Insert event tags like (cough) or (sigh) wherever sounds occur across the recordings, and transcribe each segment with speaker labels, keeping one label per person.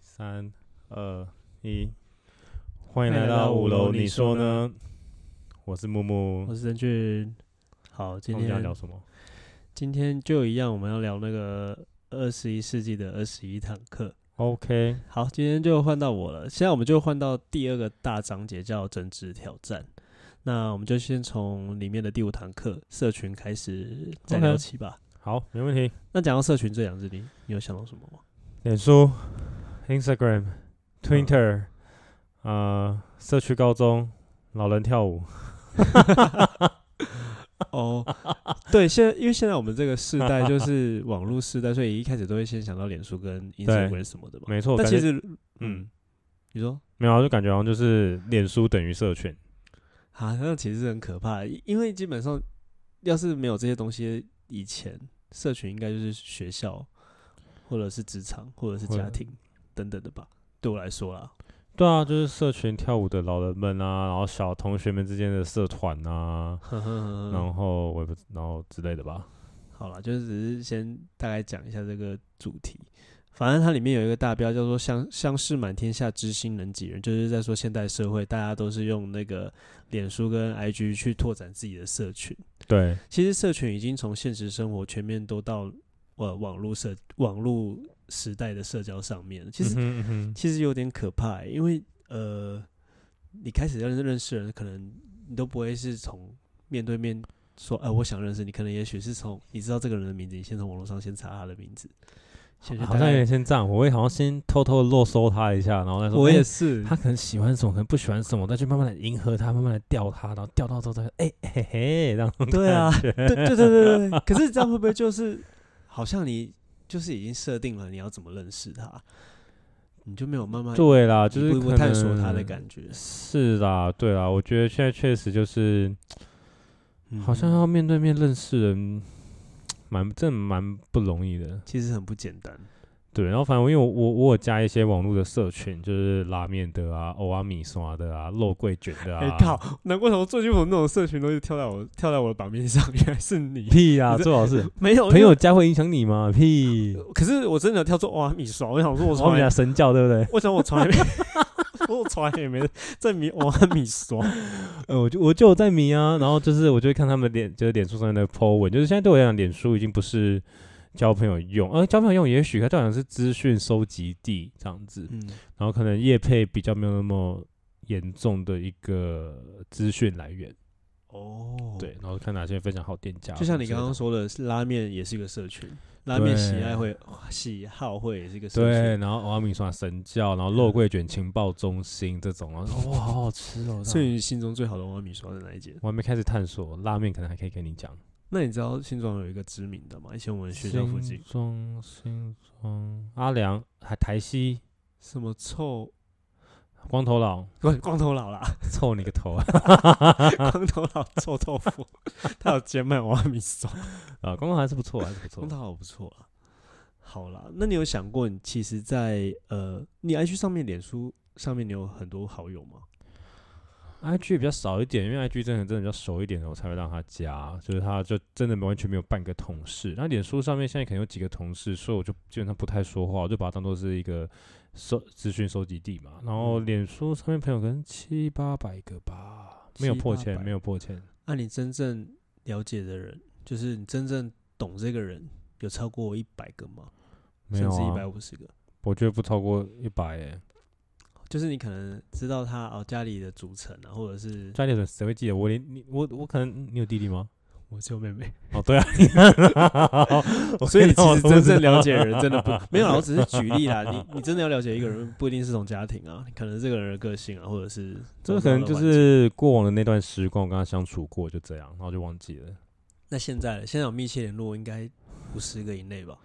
Speaker 1: 三二一，欢迎来到五楼，你说呢？我是木木
Speaker 2: 我，是郑俊。好，
Speaker 1: 嗯我
Speaker 2: 今
Speaker 1: 们要
Speaker 2: 天
Speaker 1: 聊什么？
Speaker 2: 今天就一样，我们要聊那个二十一世纪的二十一堂课。
Speaker 1: OK，
Speaker 2: 好，今天就换到我了。现在我们就换到第二个大章节，叫政治挑战。那我们就先从里面的第五堂课“社群”开始再
Speaker 1: OK
Speaker 2: 聊起吧。
Speaker 1: 好，没问题。
Speaker 2: 那讲到“社群”这两字，你你有想到什么吗？
Speaker 1: 脸书、Instagram、Twitter，、呃，社区高中，老人跳舞， (laughs)
Speaker 2: (laughs) 哦，对，现在因为现在我们这个世代就是网络世代，所以一开始都会先想到脸书跟 Instagram 什么的嘛。
Speaker 1: 没错。
Speaker 2: 但
Speaker 1: 感
Speaker 2: 其
Speaker 1: 觉
Speaker 2: 实，
Speaker 1: 嗯
Speaker 2: 哦嗯，你说
Speaker 1: 没有啊，就感觉好像就是脸书等于社群。
Speaker 2: 啊，那其实是很可怕的，因因为基本上要是没有这些东西，以前社群应该就是学校，或者是职场，或者是
Speaker 1: 或
Speaker 2: 家
Speaker 1: 者
Speaker 2: 庭等等的吧。对我来说啦，
Speaker 1: 对啊，就是社群跳舞的老人们啊，然后小同学们之间的社团啊，
Speaker 2: 呵呵呵呵
Speaker 1: 然后我也不知，然后之类的吧。
Speaker 2: 好了，就是只是先大概讲一下这个主题。反正它里面有一个大标叫做“相相视满天下之心人几人”，就是在说现代社会大家都是用那个脸书跟 IG 去拓展自己的社群。
Speaker 1: 对，
Speaker 2: 其实社群已经从现实生活全面都到呃网络社网络时代的社交上面了。其实、
Speaker 1: 嗯哼嗯哼
Speaker 2: 其实有点可怕欸、因为呃，你开始认认识人，可能你都不会是从面对面说，哎、我想认识你，可能也许是从你知道这个人的名字，你先从网络上先查他的名字，先去
Speaker 1: 好
Speaker 2: 大
Speaker 1: 像有
Speaker 2: 概
Speaker 1: 点先这样，我会好像先偷偷的落搜他一下，然后再说。
Speaker 2: 我也
Speaker 1: 哎
Speaker 2: 是，
Speaker 1: 他可能喜欢什么，可能不喜欢什么，再去慢慢的迎合他，慢慢的钓他，然后钓到之后哎再 (laughs) 哎、嘿嘿，这样。
Speaker 2: 对啊，对对对对对，可是这样会不会就是好像你就是已经设定了你要怎么认识他，你就没有慢慢
Speaker 1: 对啦，
Speaker 2: 一
Speaker 1: 就是
Speaker 2: 步一步
Speaker 1: 可
Speaker 2: 探索
Speaker 1: 能
Speaker 2: 他的感觉，
Speaker 1: 是啦，对啦，我觉得现在确实就是
Speaker 2: 嗯
Speaker 1: 好像要面对面认识人，蛮真的蛮不容易的。
Speaker 2: 其实很不简单。
Speaker 1: 对，然后反正我因为我我我有加一些网络的社群，就是拉面的啊、欧阿米刷的啊、肉桂卷的
Speaker 2: 哎、
Speaker 1: 啊。
Speaker 2: 靠！难怪什么最近我那种社群都是跳到我跳到我的版面上，原来是你。
Speaker 1: (laughs) 屁啊，
Speaker 2: 你这
Speaker 1: 最 (laughs) 好是
Speaker 2: 没有
Speaker 1: 朋友，家会影响你吗？屁，
Speaker 2: 就可是我真的有跳出哇米刷，我想说
Speaker 1: (laughs)
Speaker 2: 我
Speaker 1: 我
Speaker 2: 从
Speaker 1: 们
Speaker 2: 来
Speaker 1: 俩，神教对不对？
Speaker 2: 我想我从来没，我从来也没在迷哇米刷。
Speaker 1: (laughs) 呃，我就我就有在迷啊，然后就是我就会看他们脸，就是脸书上面的 po 文，就是现在对我来讲，脸书已经不是交朋友用，呃，交朋友用也许它对我来讲是资讯收集地这样子，
Speaker 2: 嗯，
Speaker 1: 然后可能业配比较没有那么严重的一个资讯来源，
Speaker 2: 哦，
Speaker 1: 对，，然后看哪些分享好店家，
Speaker 2: 就像你刚刚，说的，是拉面也是一个社群，拉面喜爱会喜好会也是一个社
Speaker 1: 对，
Speaker 2: 群。
Speaker 1: 然后欧阿米刷神教，然后肉桂卷情报中心这种啊， (laughs) 哇，好好吃哦，
Speaker 2: 所
Speaker 1: 所
Speaker 2: 以
Speaker 1: 以
Speaker 2: 你心中最好的哇米刷是哪一间？
Speaker 1: 我还没开始探索拉面，可能还可以跟你讲。
Speaker 2: 那你知道新庄有一个知名的吗？以前我们学校附近
Speaker 1: 新庄，新庄，阿良，还台西，
Speaker 2: 什么臭
Speaker 1: 光头佬，
Speaker 2: 光光头佬啦，
Speaker 1: 臭你个 (laughs) 头啊！
Speaker 2: 光头佬臭豆 (laughs) 腐，他有兼卖瓦米烧，
Speaker 1: (laughs) 啊，光头还是不错，还是不错
Speaker 2: 光。头佬不错啊。好啦，那你有想过，你其实在，呃，你 IG 上面、脸书上面，你有很多好友吗？
Speaker 1: IG 比较少一点，因为 IG 真的真的比较熟一点，我才会让他加，就是他就真的完全没有半个同事。那脸书上面现在可能有几个同事，所以我就基本上不太说话，我就把它当做是一个收资讯收集地嘛。嗯然后脸书上面朋友可能七八百个吧，没有
Speaker 2: 七
Speaker 1: 破
Speaker 2: 八
Speaker 1: 千，
Speaker 2: 百
Speaker 1: 没有破千。
Speaker 2: 那、啊你真正了解的人，就是你真正懂这个人，有超过一百个吗？
Speaker 1: 没有、
Speaker 2: 甚至一百
Speaker 1: 啊，
Speaker 2: 五十个。
Speaker 1: 我觉得不超过一百欸诶。
Speaker 2: 就是你可能知道他哦家里的组成啊，或者是
Speaker 1: 专业人谁会记得我连你我我可能你有弟弟吗？ (laughs)
Speaker 2: 我只有妹妹，
Speaker 1: 哦， (laughs) 对啊，你看我
Speaker 2: 所以你
Speaker 1: 看到
Speaker 2: 其实
Speaker 1: 我都
Speaker 2: 真
Speaker 1: 知道
Speaker 2: 正了解人真
Speaker 1: (laughs)
Speaker 2: 的不没有啦，我只是举例啦。你你真的要了解一个人，不一定是从家庭啊，可能是这个人的个性啊，或者是
Speaker 1: 这
Speaker 2: 周
Speaker 1: 个
Speaker 2: 遭
Speaker 1: 可
Speaker 2: 的
Speaker 1: 能就
Speaker 2: 环境
Speaker 1: 是过往的那段时光，我跟他相处过，就这样，然后就忘记了。
Speaker 2: 那现在了现在有密切联络应该五十个以内吧，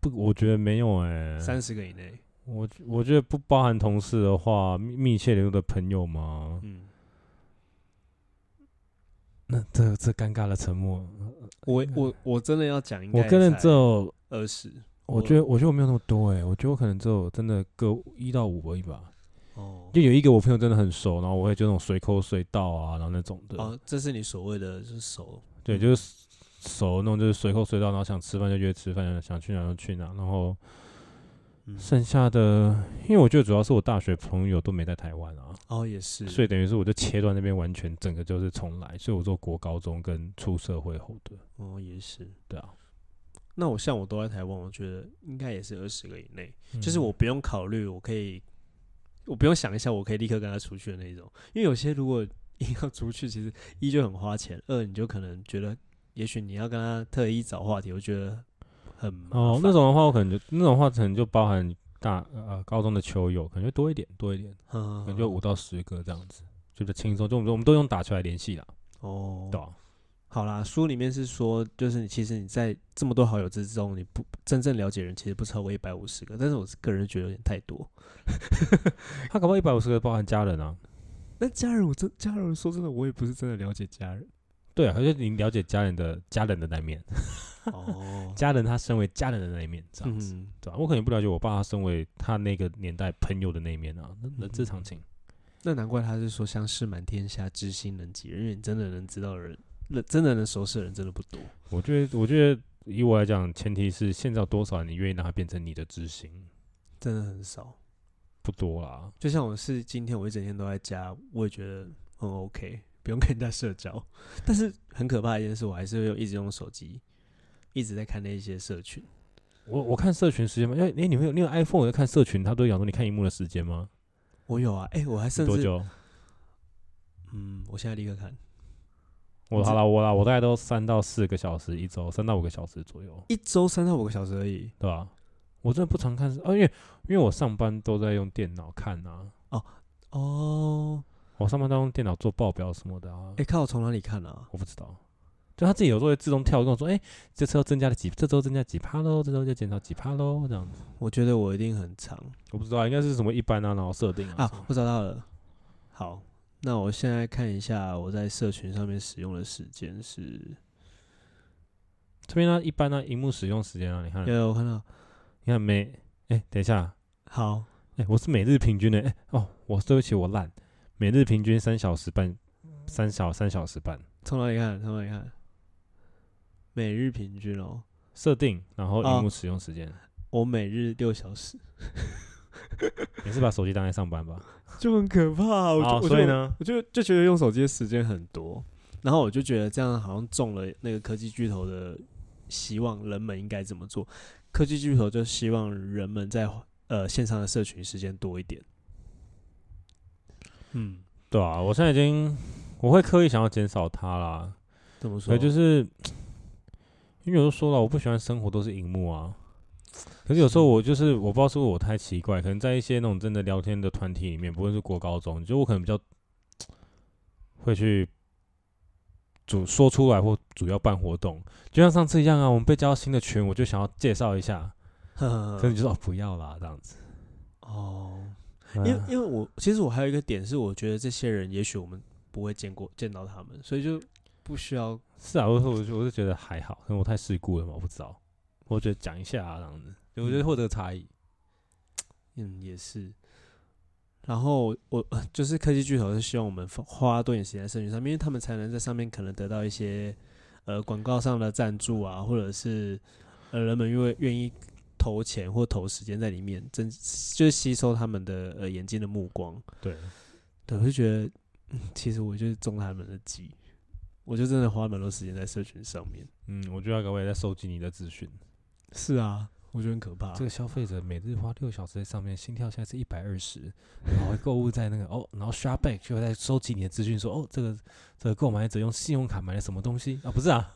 Speaker 1: 不，我觉得没有哎、
Speaker 2: 三十个以内，
Speaker 1: 我我觉得不包含同事的话，密密切联络的朋友吗？
Speaker 2: 嗯，
Speaker 1: 那这这尴尬的沉默，
Speaker 2: 我我我真的要讲，应该
Speaker 1: 啊我个人只有，
Speaker 2: 二十
Speaker 1: 我觉得我觉得我没有那么多哎、我觉得我可能只有真的个一到五而已吧。
Speaker 2: 哦
Speaker 1: 就有一个我朋友真的很熟，然后我会就那种随口随到啊，然后那种的，
Speaker 2: 哦，这是你所谓的就是熟，
Speaker 1: 对，就是熟那种，就是随口随到，然后想吃饭就约吃饭，想去哪就去哪，然后
Speaker 2: 嗯，
Speaker 1: 剩下的，因为我觉得主要是我大学朋友都没在台湾啊，
Speaker 2: 哦也是，
Speaker 1: 所以等于是我就切断那边，完全整个就是重来。所以我做国高中跟出社会后的，
Speaker 2: 哦也是。
Speaker 1: 对啊，
Speaker 2: 那我像我都在台湾，我觉得应该也是二十个以内，
Speaker 1: 嗯
Speaker 2: 就是我不用考虑，我可以，我不用想一下，我可以立刻跟他出去的那一种。因为有些如果 (laughs) 硬要出去，其实一就很花钱，二你就可能觉得，也许你要跟他特意找话题，我觉得很麻
Speaker 1: 哦
Speaker 2: 烦
Speaker 1: 那，种的话，我可能就那种话可能就包含大呃高中的球友，可能就多一点多一点，可能
Speaker 2: 嗯，
Speaker 1: 就五到十个这样子，就比较轻松。就我们我们都用打球来联系啦，
Speaker 2: 哦，
Speaker 1: 对啊，
Speaker 2: 好啦，书里面是说，就是你其实你在这么多好友之中，你不真正了解的人其实不超过一百五十个，但是我是个人觉得有点太多。
Speaker 1: 他搞不好一百五十个包含家人啊，
Speaker 2: 那家人，我真家人说真的，我也不是真的了解家人。
Speaker 1: 对啊，而且你了解家人的家人的那一面，
Speaker 2: (laughs) 哦，
Speaker 1: 家人他身为家人的那一面这样子，
Speaker 2: 嗯，
Speaker 1: 对啊，我可能不了解我爸他身为他那个年代朋友的那一面啊，那人之常情。
Speaker 2: 那难怪他是说相识满天下，知心能几人，因为你真的能知道的人，人真的能熟识的人真的不多。
Speaker 1: 我觉得，我觉得以我来讲，前提是现在有多少人你愿意让他变成你的知心，
Speaker 2: 真的很少。
Speaker 1: 不多啊啦。
Speaker 2: 就像我是今天我一整天都在家，我也觉得很 OK，不用跟人家社交。但是很可怕的一件事，我还是会用一直用手机，一直在看那一些社群。
Speaker 1: 我我看社群时间嘛，因为诶你会有你有 iPhone，我在看社群，他都会讲说你看荧幕的时间吗？
Speaker 2: 我有啊，哎、我还甚
Speaker 1: 多
Speaker 2: 至
Speaker 1: 久？
Speaker 2: 嗯，我现在立刻看
Speaker 1: 我好啦，我啦，我大概都三到四个小时一周，三到五个小时左右，
Speaker 2: 一周三到五个小时而已。
Speaker 1: 对吧、我真的不常看，啊，因为因为我上班都在用电脑看啊，
Speaker 2: 哦，
Speaker 1: 我上班都用电脑做报表什么的啊。
Speaker 2: 哎、看我从哪里看啊？
Speaker 1: 我不知道。就他自己有时候会自动跳跟我说：“哎、这次又增加了几，这周增加几趴喽，这周就减少几趴喽，这样子。
Speaker 2: 我觉得我一定很长”
Speaker 1: 我不知道，应该是什么一般啊，然后设定啊什么
Speaker 2: 啊，我找到了。好，那我现在看一下我在社群上面使用的时间是，
Speaker 1: 这边呢、一般呢、荧幕使用时间啊，你看，
Speaker 2: 有有我看到，
Speaker 1: 你看每，哎、等一下，
Speaker 2: 好，
Speaker 1: 哎、我是每日平均的、哎、哦，我对不起，我烂，每日平均三小时半，三小三小时半
Speaker 2: 从哪里看？从哪里看？每日平均哦，
Speaker 1: 设定，然后
Speaker 2: 哦
Speaker 1: 荧幕使用时间，
Speaker 2: 我每日六小时， (laughs)
Speaker 1: 你是把手机当在上班吧？
Speaker 2: 就很可怕、啊。我就
Speaker 1: 好，
Speaker 2: 我
Speaker 1: 哦所以
Speaker 2: 就
Speaker 1: 呢，
Speaker 2: 我就就觉得用手机的时间很多，然后我就觉得这样好像中了那个科技巨头的希望，人们应该怎么做？科技巨头就希望人们在呃线上的社群时间多一点。嗯，
Speaker 1: 对啊，我现在已经，我会刻意想要减少它啦，
Speaker 2: 怎么
Speaker 1: 所
Speaker 2: 说？
Speaker 1: 以就是，因为我都说了，我不喜欢生活都是荧幕啊。可是有时候我就是我不知道是不是我太奇怪，可能在一些那种真的聊天的团体里面，不论是国高中，就我可能比较会去主说出来或主要办活动，就像上次一样啊，我们被加到新的群，我就想要介绍一下，
Speaker 2: 呵呵
Speaker 1: 可是
Speaker 2: 呵
Speaker 1: 你就说、哦、不要啦这样子。
Speaker 2: 哦，
Speaker 1: 因
Speaker 2: 因为因为我其实我还有一个点是，我觉得这些人也许我们不会见过见到他们，所以就不需要。
Speaker 1: 是啊，我我我就觉得还好，可能我太世故了嘛，我不知道。我觉得讲一下啊，这样子，我觉得会有这个差异。
Speaker 2: 嗯，也是。然后我 (laughs) 就是科技巨头是希望我们花花多点时间在社群上面，因为他们才能在上面可能得到一些呃广告上的赞助啊，或者是呃人们因为愿意投钱或投时间在里面，真就是吸收他们的呃眼睛的目光。
Speaker 1: 对，
Speaker 2: 对，我就觉得、嗯其实我就是中他们的计，我就真的花蛮多时间在社群上面。
Speaker 1: 嗯，我觉得各位在收集你的资讯。
Speaker 2: 是啊，我觉得很可怕。
Speaker 1: 这个消费者每日花六小时在上面，心跳现在是一百二十，然后购物在那个哦，然后 shop back 就会在收集你的资讯说，哦，这个这个购买者用信用卡买了什么东西啊？不是啊，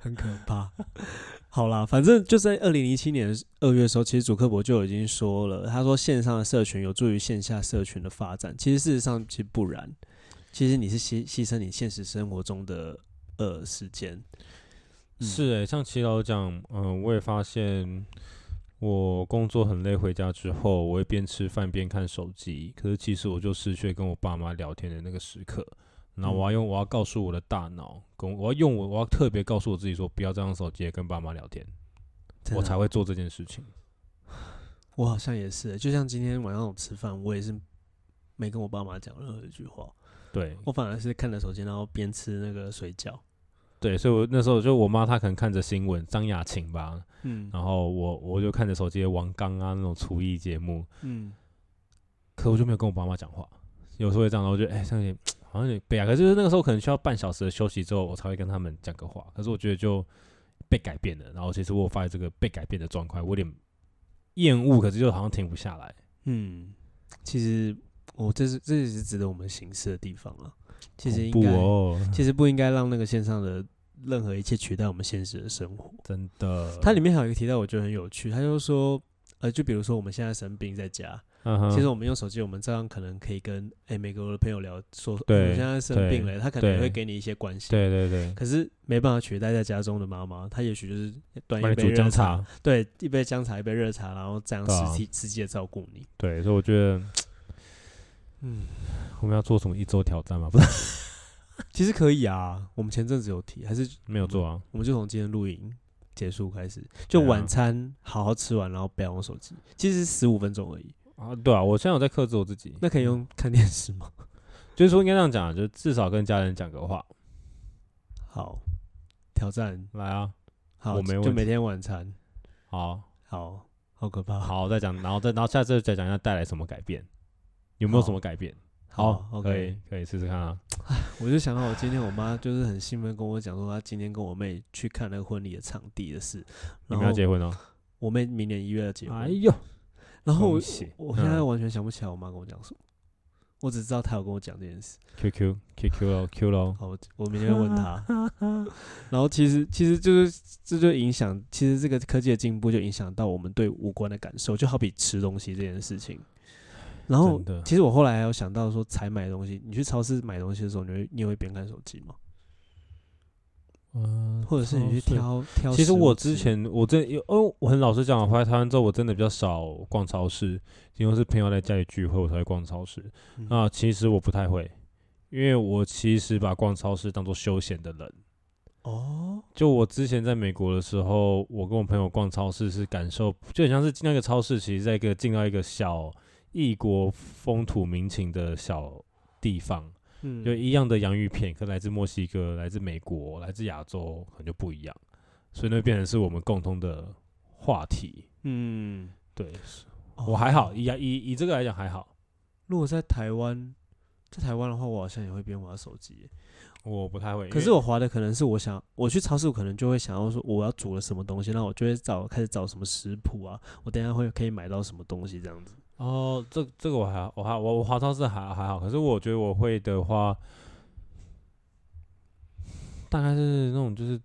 Speaker 2: 很可怕。 (laughs) 好啦，反正就在二零零七年二月的时候，其实主克伯就已经说了，他说线上的社群有助于线下社群的发展。其实事实上其实不然，其实你是牺牺牲你现实生活中的呃时间。嗯
Speaker 1: 是诶、欸像齐老讲，嗯、我也发现我工作很累，回家之后我会边吃饭边看手机，可是其实我就失去了跟我爸妈聊天的那个时刻。那我要用，我要告诉我的大脑，跟我要用我，我要特别告诉我自己说，不要再用手机跟爸妈聊天，
Speaker 2: 真
Speaker 1: 我
Speaker 2: 的
Speaker 1: 才会做这件事情。
Speaker 2: 我好像也是，欸就像今天晚上我吃饭，我也是没跟我爸妈讲任何一句话，
Speaker 1: 对，
Speaker 2: 我反而是看着手机，然后边吃那个水饺。
Speaker 1: 对，所以我那时候就我妈她可能看着新闻，张雅琴吧，
Speaker 2: 嗯
Speaker 1: 然后我我就看着手机的王刚啊那种厨艺节目，
Speaker 2: 嗯，
Speaker 1: 可我就没有跟我爸妈讲话，有时候会这样，然后我就哎、这样有点好像有点悲哀。可是就是那个时候可能需要半小时的休息之后，我才会跟他们讲个话。可是我觉得就被改变了，然后其实我有发现这个被改变的状况，我有点厌恶，可是又好像停不下来。
Speaker 2: 嗯，其实我、这是这也是值得我们行事的地方啊。其实应
Speaker 1: 恐怖
Speaker 2: 该，
Speaker 1: 哦，
Speaker 2: 其实不应该让那个线上的任何一切取代我们现实的生活。
Speaker 1: 真的。
Speaker 2: 它里面还有一个提到，我觉得很有趣，他就说，呃，就比如说我们现在生病在家，
Speaker 1: 嗯哼，
Speaker 2: 其实我们用手机，我们这样可能可以跟哎、诶美国的朋友聊，说
Speaker 1: 对
Speaker 2: 我现在生病了，他可能
Speaker 1: 对
Speaker 2: 也会给你一些关心。
Speaker 1: 对对对，
Speaker 2: 可是没办法取代在家中的妈妈，她也许就是端
Speaker 1: 帮你
Speaker 2: 一杯
Speaker 1: 煮姜
Speaker 2: 热茶，
Speaker 1: 茶。
Speaker 2: 对，一杯姜茶，一杯热茶，然后这样
Speaker 1: 对啊
Speaker 2: 实际实际的照顾你。
Speaker 1: 对，所以我觉得
Speaker 2: 嗯，
Speaker 1: 我们要做什么一周挑战吗？不是，
Speaker 2: 其实可以啊，我们前阵子有提，还是
Speaker 1: 没有做啊。
Speaker 2: 我们就从今天录影结束开始，就
Speaker 1: 对啊
Speaker 2: 晚餐好好吃完，然后不要用手机，其实十五分钟而已。
Speaker 1: 啊，对啊，我现在有在克制我自己。
Speaker 2: 嗯那可以用看电视吗？
Speaker 1: 就是说应该这样讲啊，就是至少跟家人讲个话。
Speaker 2: 好，挑战
Speaker 1: 来啊，
Speaker 2: 好，
Speaker 1: 我没问
Speaker 2: 就
Speaker 1: 题
Speaker 2: 每天晚餐，
Speaker 1: 好。
Speaker 2: 好好可怕，
Speaker 1: 好，再讲，然后再，然后下次再讲一下带来什么改变，有没有
Speaker 2: 好
Speaker 1: 什么改变？可以
Speaker 2: ，OK。，
Speaker 1: 可以试试看啊。
Speaker 2: 我就想到我今天我妈就是很兴奋跟我讲说，她今天跟我妹去看那个婚礼的场地的事，
Speaker 1: 你
Speaker 2: 然
Speaker 1: 们要
Speaker 2: 后哎
Speaker 1: 结婚哦？
Speaker 2: 我妹明年一月要结婚，
Speaker 1: 呦，
Speaker 2: 然后我
Speaker 1: 恭喜
Speaker 2: 我现在
Speaker 1: 嗯
Speaker 2: 完全想不起来我妈跟我讲什么，我只知道她有跟我讲这件事。
Speaker 1: ，QQ QQ 喽，Q 喽，
Speaker 2: 好，我我明天会
Speaker 1: (laughs)
Speaker 2: 问她。然后其实其实就是这就影响，其实这个科技的进步就影响到我们对五官的感受，就好比吃东西这件事情。然后
Speaker 1: 真的
Speaker 2: 其实我后来还有想到说，才买东西，你去超市买东西的时候，你会你也会边看手机吗？
Speaker 1: 嗯，
Speaker 2: 或者是你去
Speaker 1: 超市。
Speaker 2: 挑挑食物吃？
Speaker 1: 其实我之前我真有哦，我很老实讲，我回来台湾之后，我真的比较少逛超市，因为是朋友在家里聚会，我才会逛超市。
Speaker 2: 嗯
Speaker 1: 那其实我不太会，因为我其实把逛超市当做休闲的人。
Speaker 2: 哦，
Speaker 1: 就我之前在美国的时候，我跟我朋友逛超市是感受，就很像是进到一个超市，其实在一个进到一个小异国风土民情的小地方，
Speaker 2: 嗯
Speaker 1: 就一样的洋芋片，可能来自墨西哥、来自美国、来自亚洲，可能就不一样，所以那变成是我们共通的话题。
Speaker 2: 嗯，
Speaker 1: 对
Speaker 2: 哦
Speaker 1: 我还好，以啊以以这个来讲还好，
Speaker 2: 如果在台湾，在台湾的话，我好像也会边滑手机耶。
Speaker 1: 我不太会。
Speaker 2: 可是
Speaker 1: 因为
Speaker 2: 我滑的可能是我想，我去超市，我可能就会想要说我要煮了什么东西，那我就会找开始找什么食谱啊，我等一下会可以买到什么东西这样子。
Speaker 1: 哦，这这个我还好我还我我华超市还还好，可是我觉得我会的话，大概是那种就是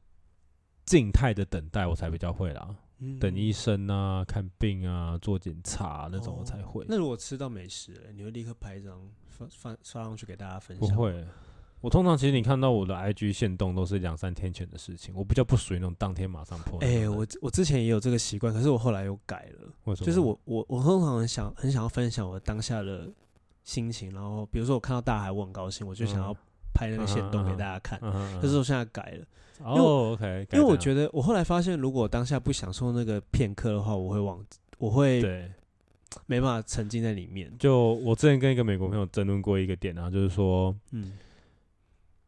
Speaker 1: 静态的等待，我才比较会啦，
Speaker 2: 嗯
Speaker 1: 等医生啊、看病啊、做检查啊、那种我
Speaker 2: 哦
Speaker 1: 才会。
Speaker 2: 那如果吃到美食了，你会立刻拍一张发发发上去给大家分
Speaker 1: 不
Speaker 2: 享？，
Speaker 1: 会，我通常其实你看到我的 IG 限动都是两三天前的事情，我比较不属于那种当天马上破。
Speaker 2: 哎、我我之前也有这个习惯，可是我后来又改了。
Speaker 1: 为什么
Speaker 2: 就是我我我通常很想很想要分享我当下的心情，然后比如说我看到大海，我很高兴，我就想要
Speaker 1: 嗯
Speaker 2: 拍那个线
Speaker 1: 嗯
Speaker 2: 动
Speaker 1: 嗯嗯
Speaker 2: 给大家看。
Speaker 1: 嗯哼，
Speaker 2: 可是我现在改了，
Speaker 1: 嗯哦，OK，
Speaker 2: 因为我觉
Speaker 1: 得
Speaker 2: 得我后来发现，如果我当下不享受那个片刻的话，我会忘记，我会
Speaker 1: 对。
Speaker 2: 没办法沉浸在里面。
Speaker 1: 就我之前跟一个美国朋友争论过一个点啊，就是说，
Speaker 2: 嗯，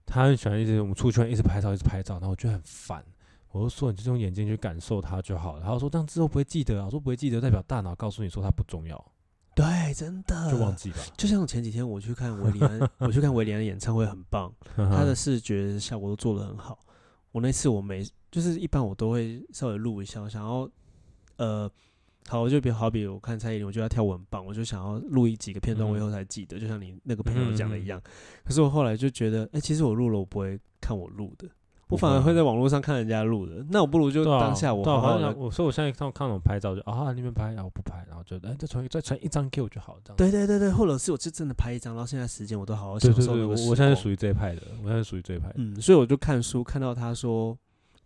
Speaker 1: 他很喜欢一直我们出去玩一直拍照，一直拍照，然后我觉得很烦。我就说你就用眼睛去感受它就好了。他说这样之后不会记得啊，我说不会记得代表大脑告诉你说它不重要，
Speaker 2: 对，真的
Speaker 1: 就忘。记吧。
Speaker 2: 就像前几天我去看维里
Speaker 1: (laughs)
Speaker 2: 安，我去看维里安的演唱会很棒， (laughs)
Speaker 1: 嗯
Speaker 2: 他的视觉效果都做得很好。我那次我没，就是一般我都会稍微录一下，我想要呃，好，我就比好比我看蔡依林，我觉得她跳舞很棒，我就想要录一几个片段，
Speaker 1: 嗯
Speaker 2: 我以后才记得，就像你那个朋友讲的
Speaker 1: 嗯嗯嗯
Speaker 2: 一样。可是我后来就觉得，哎、其实我录了，我不会看我录的，我
Speaker 1: 不
Speaker 2: 反而
Speaker 1: 会啊
Speaker 2: 会在网络上看人家录的。那我不如就
Speaker 1: 对啊
Speaker 2: 当下我
Speaker 1: 对啊
Speaker 2: 好好
Speaker 1: 反正
Speaker 2: 的。
Speaker 1: 我所以我现在看看那种拍照就啊那边拍，然后不拍，然后就哎再传一再传一张给我就好了这样。
Speaker 2: 对对对对，或者是我就真的拍一张，然后现在时间我都好好享
Speaker 1: 对对
Speaker 2: 受
Speaker 1: 对，
Speaker 2: 那
Speaker 1: 我
Speaker 2: 个时
Speaker 1: 我现在
Speaker 2: 光
Speaker 1: 属于这一派的，我现在属于这一派的。
Speaker 2: 嗯，所以我就看书，看到他说，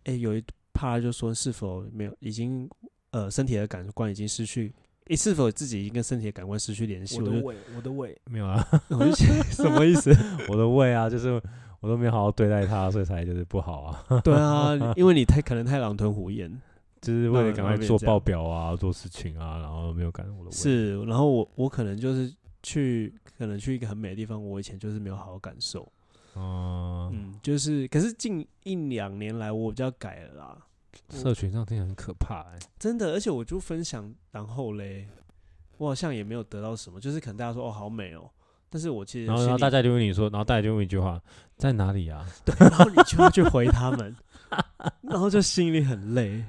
Speaker 2: 哎、有一怕就说是否没有已经呃身体的感官已经失去，诶，是否自己已经跟身体的感官失去联系？我就
Speaker 1: 胃，我的胃没有啊， (laughs)
Speaker 2: 我就觉得什么意思？
Speaker 1: 我的胃啊，就是我都没有好好对待它，所以才就是不好啊，
Speaker 2: (laughs)
Speaker 1: (laughs)
Speaker 2: 对啊，因为你太可能太狼吞虎咽
Speaker 1: 就是为了
Speaker 2: 那
Speaker 1: 赶
Speaker 2: 那
Speaker 1: 快
Speaker 2: 边
Speaker 1: 做
Speaker 2: 这样
Speaker 1: 报表啊，做事情啊，然后没有感我的胃。
Speaker 2: 是，然后我我可能就是去可能去一个很美的地方，我以前就是没有好好感受，
Speaker 1: 嗯，
Speaker 2: 嗯，就是可是近一两年来我比较改了啦，
Speaker 1: 社群上听起来很可怕、欸，
Speaker 2: 真的，而且我就分享，然后嘞，我好像也没有得到什么，就是可能大家说哦好美哦，但是我其实
Speaker 1: 然后
Speaker 2: 心
Speaker 1: 然后
Speaker 2: 里
Speaker 1: 大家就问你说，然后大家就问一句话，在哪里啊？
Speaker 2: 对，然后你就要去回他们， (laughs) 然后就心里
Speaker 1: (laughs)
Speaker 2: 很累。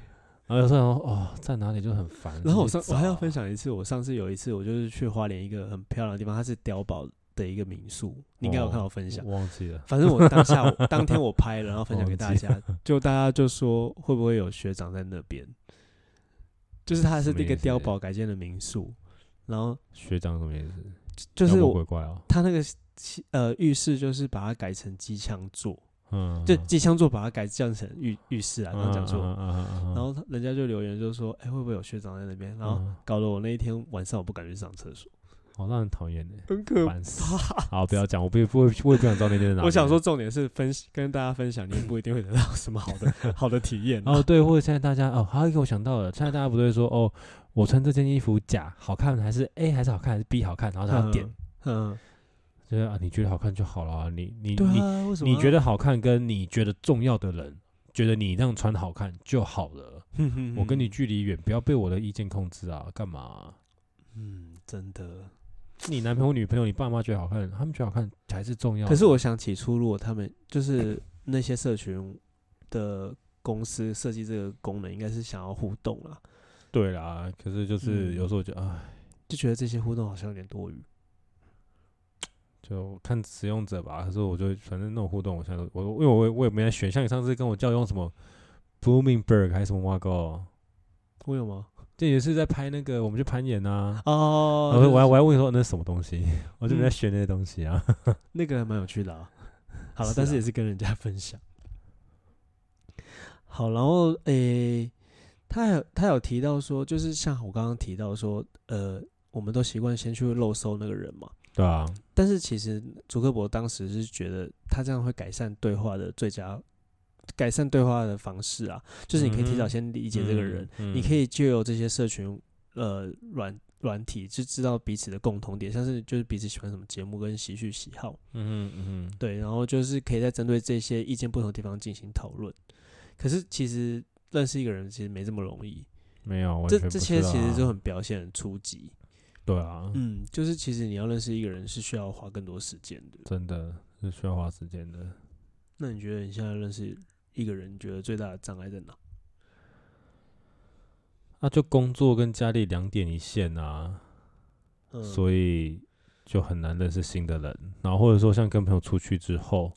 Speaker 1: 然后有时候哦，在哪里就很烦。
Speaker 2: 然后我
Speaker 1: 怎么
Speaker 2: 上我还要
Speaker 1: 找啊
Speaker 2: 分，享一次，我上次有一次我就是去花莲一个很漂亮的地方，它是碉堡的一个民宿，你应该有看
Speaker 1: 哦
Speaker 2: 我分享。
Speaker 1: 我忘记了。
Speaker 2: 反正我当下当天我拍了，然后分享给
Speaker 1: 忘记
Speaker 2: 大
Speaker 1: (laughs)
Speaker 2: 家，就大家就说会不会有学长在那边？就是它是
Speaker 1: 什么
Speaker 2: 那个
Speaker 1: 意思欸
Speaker 2: 碉堡改建的民宿，然后
Speaker 1: 学长什么意思？
Speaker 2: 就
Speaker 1: 妖
Speaker 2: 是
Speaker 1: 魔
Speaker 2: 我
Speaker 1: 鬼怪哦，
Speaker 2: 它那个呃浴室就是把它改成机枪座，
Speaker 1: 嗯，嗯
Speaker 2: 就机枪座把它改建成浴浴室啊，刚刚讲错了。
Speaker 1: 然
Speaker 2: 然后他人家就留言就说：“哎、会不会有学长在那边？”然
Speaker 1: 嗯
Speaker 2: 后搞得我那一天晚上我不敢去上厕所，
Speaker 1: 好让人讨
Speaker 2: (laughs)
Speaker 1: 厌呢，
Speaker 2: 很可
Speaker 1: 烦死。好，不要讲，我不不我也不想知道那天在哪。
Speaker 2: (laughs) 我想说，，重点是分析跟大家分享，你也不一定会得到什么好
Speaker 1: (laughs)
Speaker 2: 的好的体验、
Speaker 1: 哦，对，或者现在大家哦，还有一个我想到了，现在大家不对说哦，我穿这件衣服假好看还是 A 还是好看还是 B 好看，然后他要点，
Speaker 2: 嗯，
Speaker 1: 就是啊，你觉得好看就好了啊，你你
Speaker 2: 嗯，对
Speaker 1: 你
Speaker 2: 啊，为什么
Speaker 1: 你觉
Speaker 2: 得？
Speaker 1: 得好看，跟你觉得重要的人觉得你那样穿好看就好了，
Speaker 2: 哼哼
Speaker 1: 我跟你
Speaker 2: 哼，
Speaker 1: 距离远，不要被我的意见控制啊，干嘛啊？
Speaker 2: 嗯，真的。
Speaker 1: 你男朋友、女朋友、你爸妈觉得好看，他们觉得好看才是重要的。
Speaker 2: 可是我想起初，如果他们就是那些社群的公司设计这个功能，应该是想要互动啦，
Speaker 1: 对啦，可是就是
Speaker 2: 嗯
Speaker 1: 有时候我觉得，哎、
Speaker 2: 就觉得这些互动好像有点多余。
Speaker 1: 就看使用者吧。可是我就反正那种互动，我现在都我因为我也我也没在选。像你上次跟我叫用什么 Bloomingberg 还是什么挖沟，
Speaker 2: 我有吗？
Speaker 1: 这也是在拍那个我们去攀岩啊。
Speaker 2: 哦，
Speaker 1: 然后我还
Speaker 2: 玩
Speaker 1: 我还问你说那是什么东西，我就没在
Speaker 2: 嗯
Speaker 1: 选那些东西啊。 (laughs)
Speaker 2: 那个还蛮有趣的啊。 (laughs) 好了，
Speaker 1: 是
Speaker 2: 但
Speaker 1: 啊
Speaker 2: 是也是跟人家分享。好，然后诶、他有他有提到说，就是像我刚刚提到说，呃，我们都习惯先去漏搜那个人嘛。
Speaker 1: 对啊，
Speaker 2: 但是其实祖克伯当时是觉得他这样会改善对话的最佳改善对话的方式啊，就是你可以提
Speaker 1: 嗯
Speaker 2: 早
Speaker 1: 哼
Speaker 2: 先理解这个人，
Speaker 1: 嗯，
Speaker 2: 你
Speaker 1: 嗯
Speaker 2: 可以借由这些社群呃软软体就知道彼此的共同点，像是就是彼此喜欢什么节目跟喜剧喜好，
Speaker 1: 嗯嗯嗯嗯，
Speaker 2: 对，然后就是可以再针对这些意见不同的地方进行讨论。可是其实认识一个人其实没这么容易，
Speaker 1: 没有，完
Speaker 2: 这
Speaker 1: 全
Speaker 2: 这
Speaker 1: 不
Speaker 2: 些
Speaker 1: 知道
Speaker 2: 其实
Speaker 1: 啊
Speaker 2: 就很表现很初级。
Speaker 1: 对啊，
Speaker 2: 嗯，就是其实你要认识一个人是需要花更多时间的。
Speaker 1: 真的是需要花时间的。
Speaker 2: 那你觉得你现在认识一个人，你觉得最大的障碍在哪？
Speaker 1: 那、啊就工作跟家里两点一线啊。
Speaker 2: 嗯，
Speaker 1: 所以就很难认识新的人。然后或者说像跟朋友出去之后，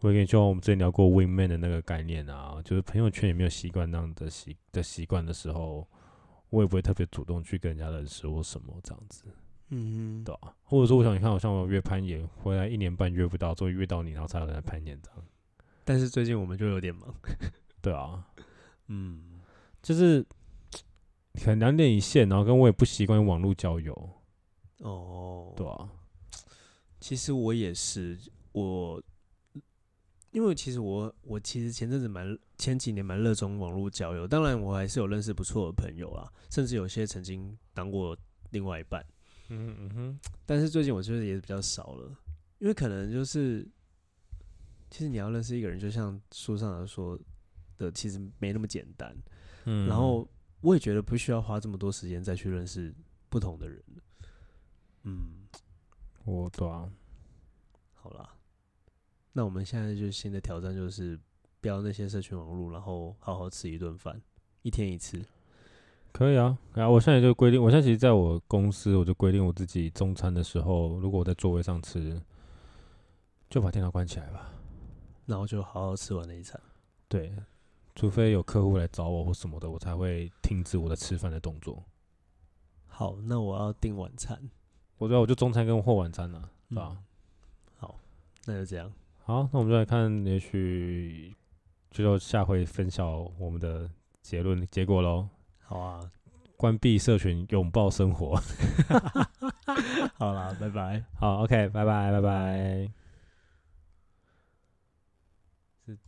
Speaker 1: 我也跟你就像我们之前聊过 win man 的那个概念啊，就是朋友圈也没有习惯那样的习的习惯的时候，我也不会特别主动去跟人家认识或什么这样子，
Speaker 2: 嗯
Speaker 1: 对，吧、啊或者说我想你看，好像我约攀岩回来一年半约不到，终于约到你，然后才有人来攀岩这样，
Speaker 2: 但是最近我们就有点忙。
Speaker 1: 对啊，
Speaker 2: 嗯
Speaker 1: 就是很两点一线，然后跟我也不习惯网络交友，
Speaker 2: 哦，
Speaker 1: 对啊，
Speaker 2: 其实我也是，我因为其实我我其实前阵子蛮前几年蛮热衷网络交友，当然我还是有认识不错的朋友啦，甚至有些曾经当过另外一半，
Speaker 1: 嗯嗯哼，
Speaker 2: 但是最近我觉得也比较少了，因为可能就是其实你要认识一个人，就像书上说的，其实没那么简单。
Speaker 1: 嗯
Speaker 2: 然后我也觉得不需要花这么多时间再去认识不同的人。嗯，
Speaker 1: 我对啊，
Speaker 2: 好啦，那我们现在就新的挑战就是不要那些社群网络，然后好好吃一顿饭，一天一次。
Speaker 1: 可以啊，然后我现在就规定，我现在其实在我公司，我就规定我自己中餐的时候，如果我在座位上吃，就把电脑关起来吧。
Speaker 2: 然后就好好吃完那一餐。
Speaker 1: 对，除非有客户来找我或什么的，我才会停止我的吃饭的动作。
Speaker 2: 好，那我要订晚餐，
Speaker 1: 我啊觉得我就中餐跟后晚餐了、啊对吧、
Speaker 2: 嗯好，那就这样。
Speaker 1: 好，那我们就来看，也许就到下回分享我们的结论结果喽。
Speaker 2: 好啊，
Speaker 1: 关闭社群，拥抱生活。 (laughs)
Speaker 2: 好啦，拜拜。
Speaker 1: 好，OK，拜拜，拜拜。是这。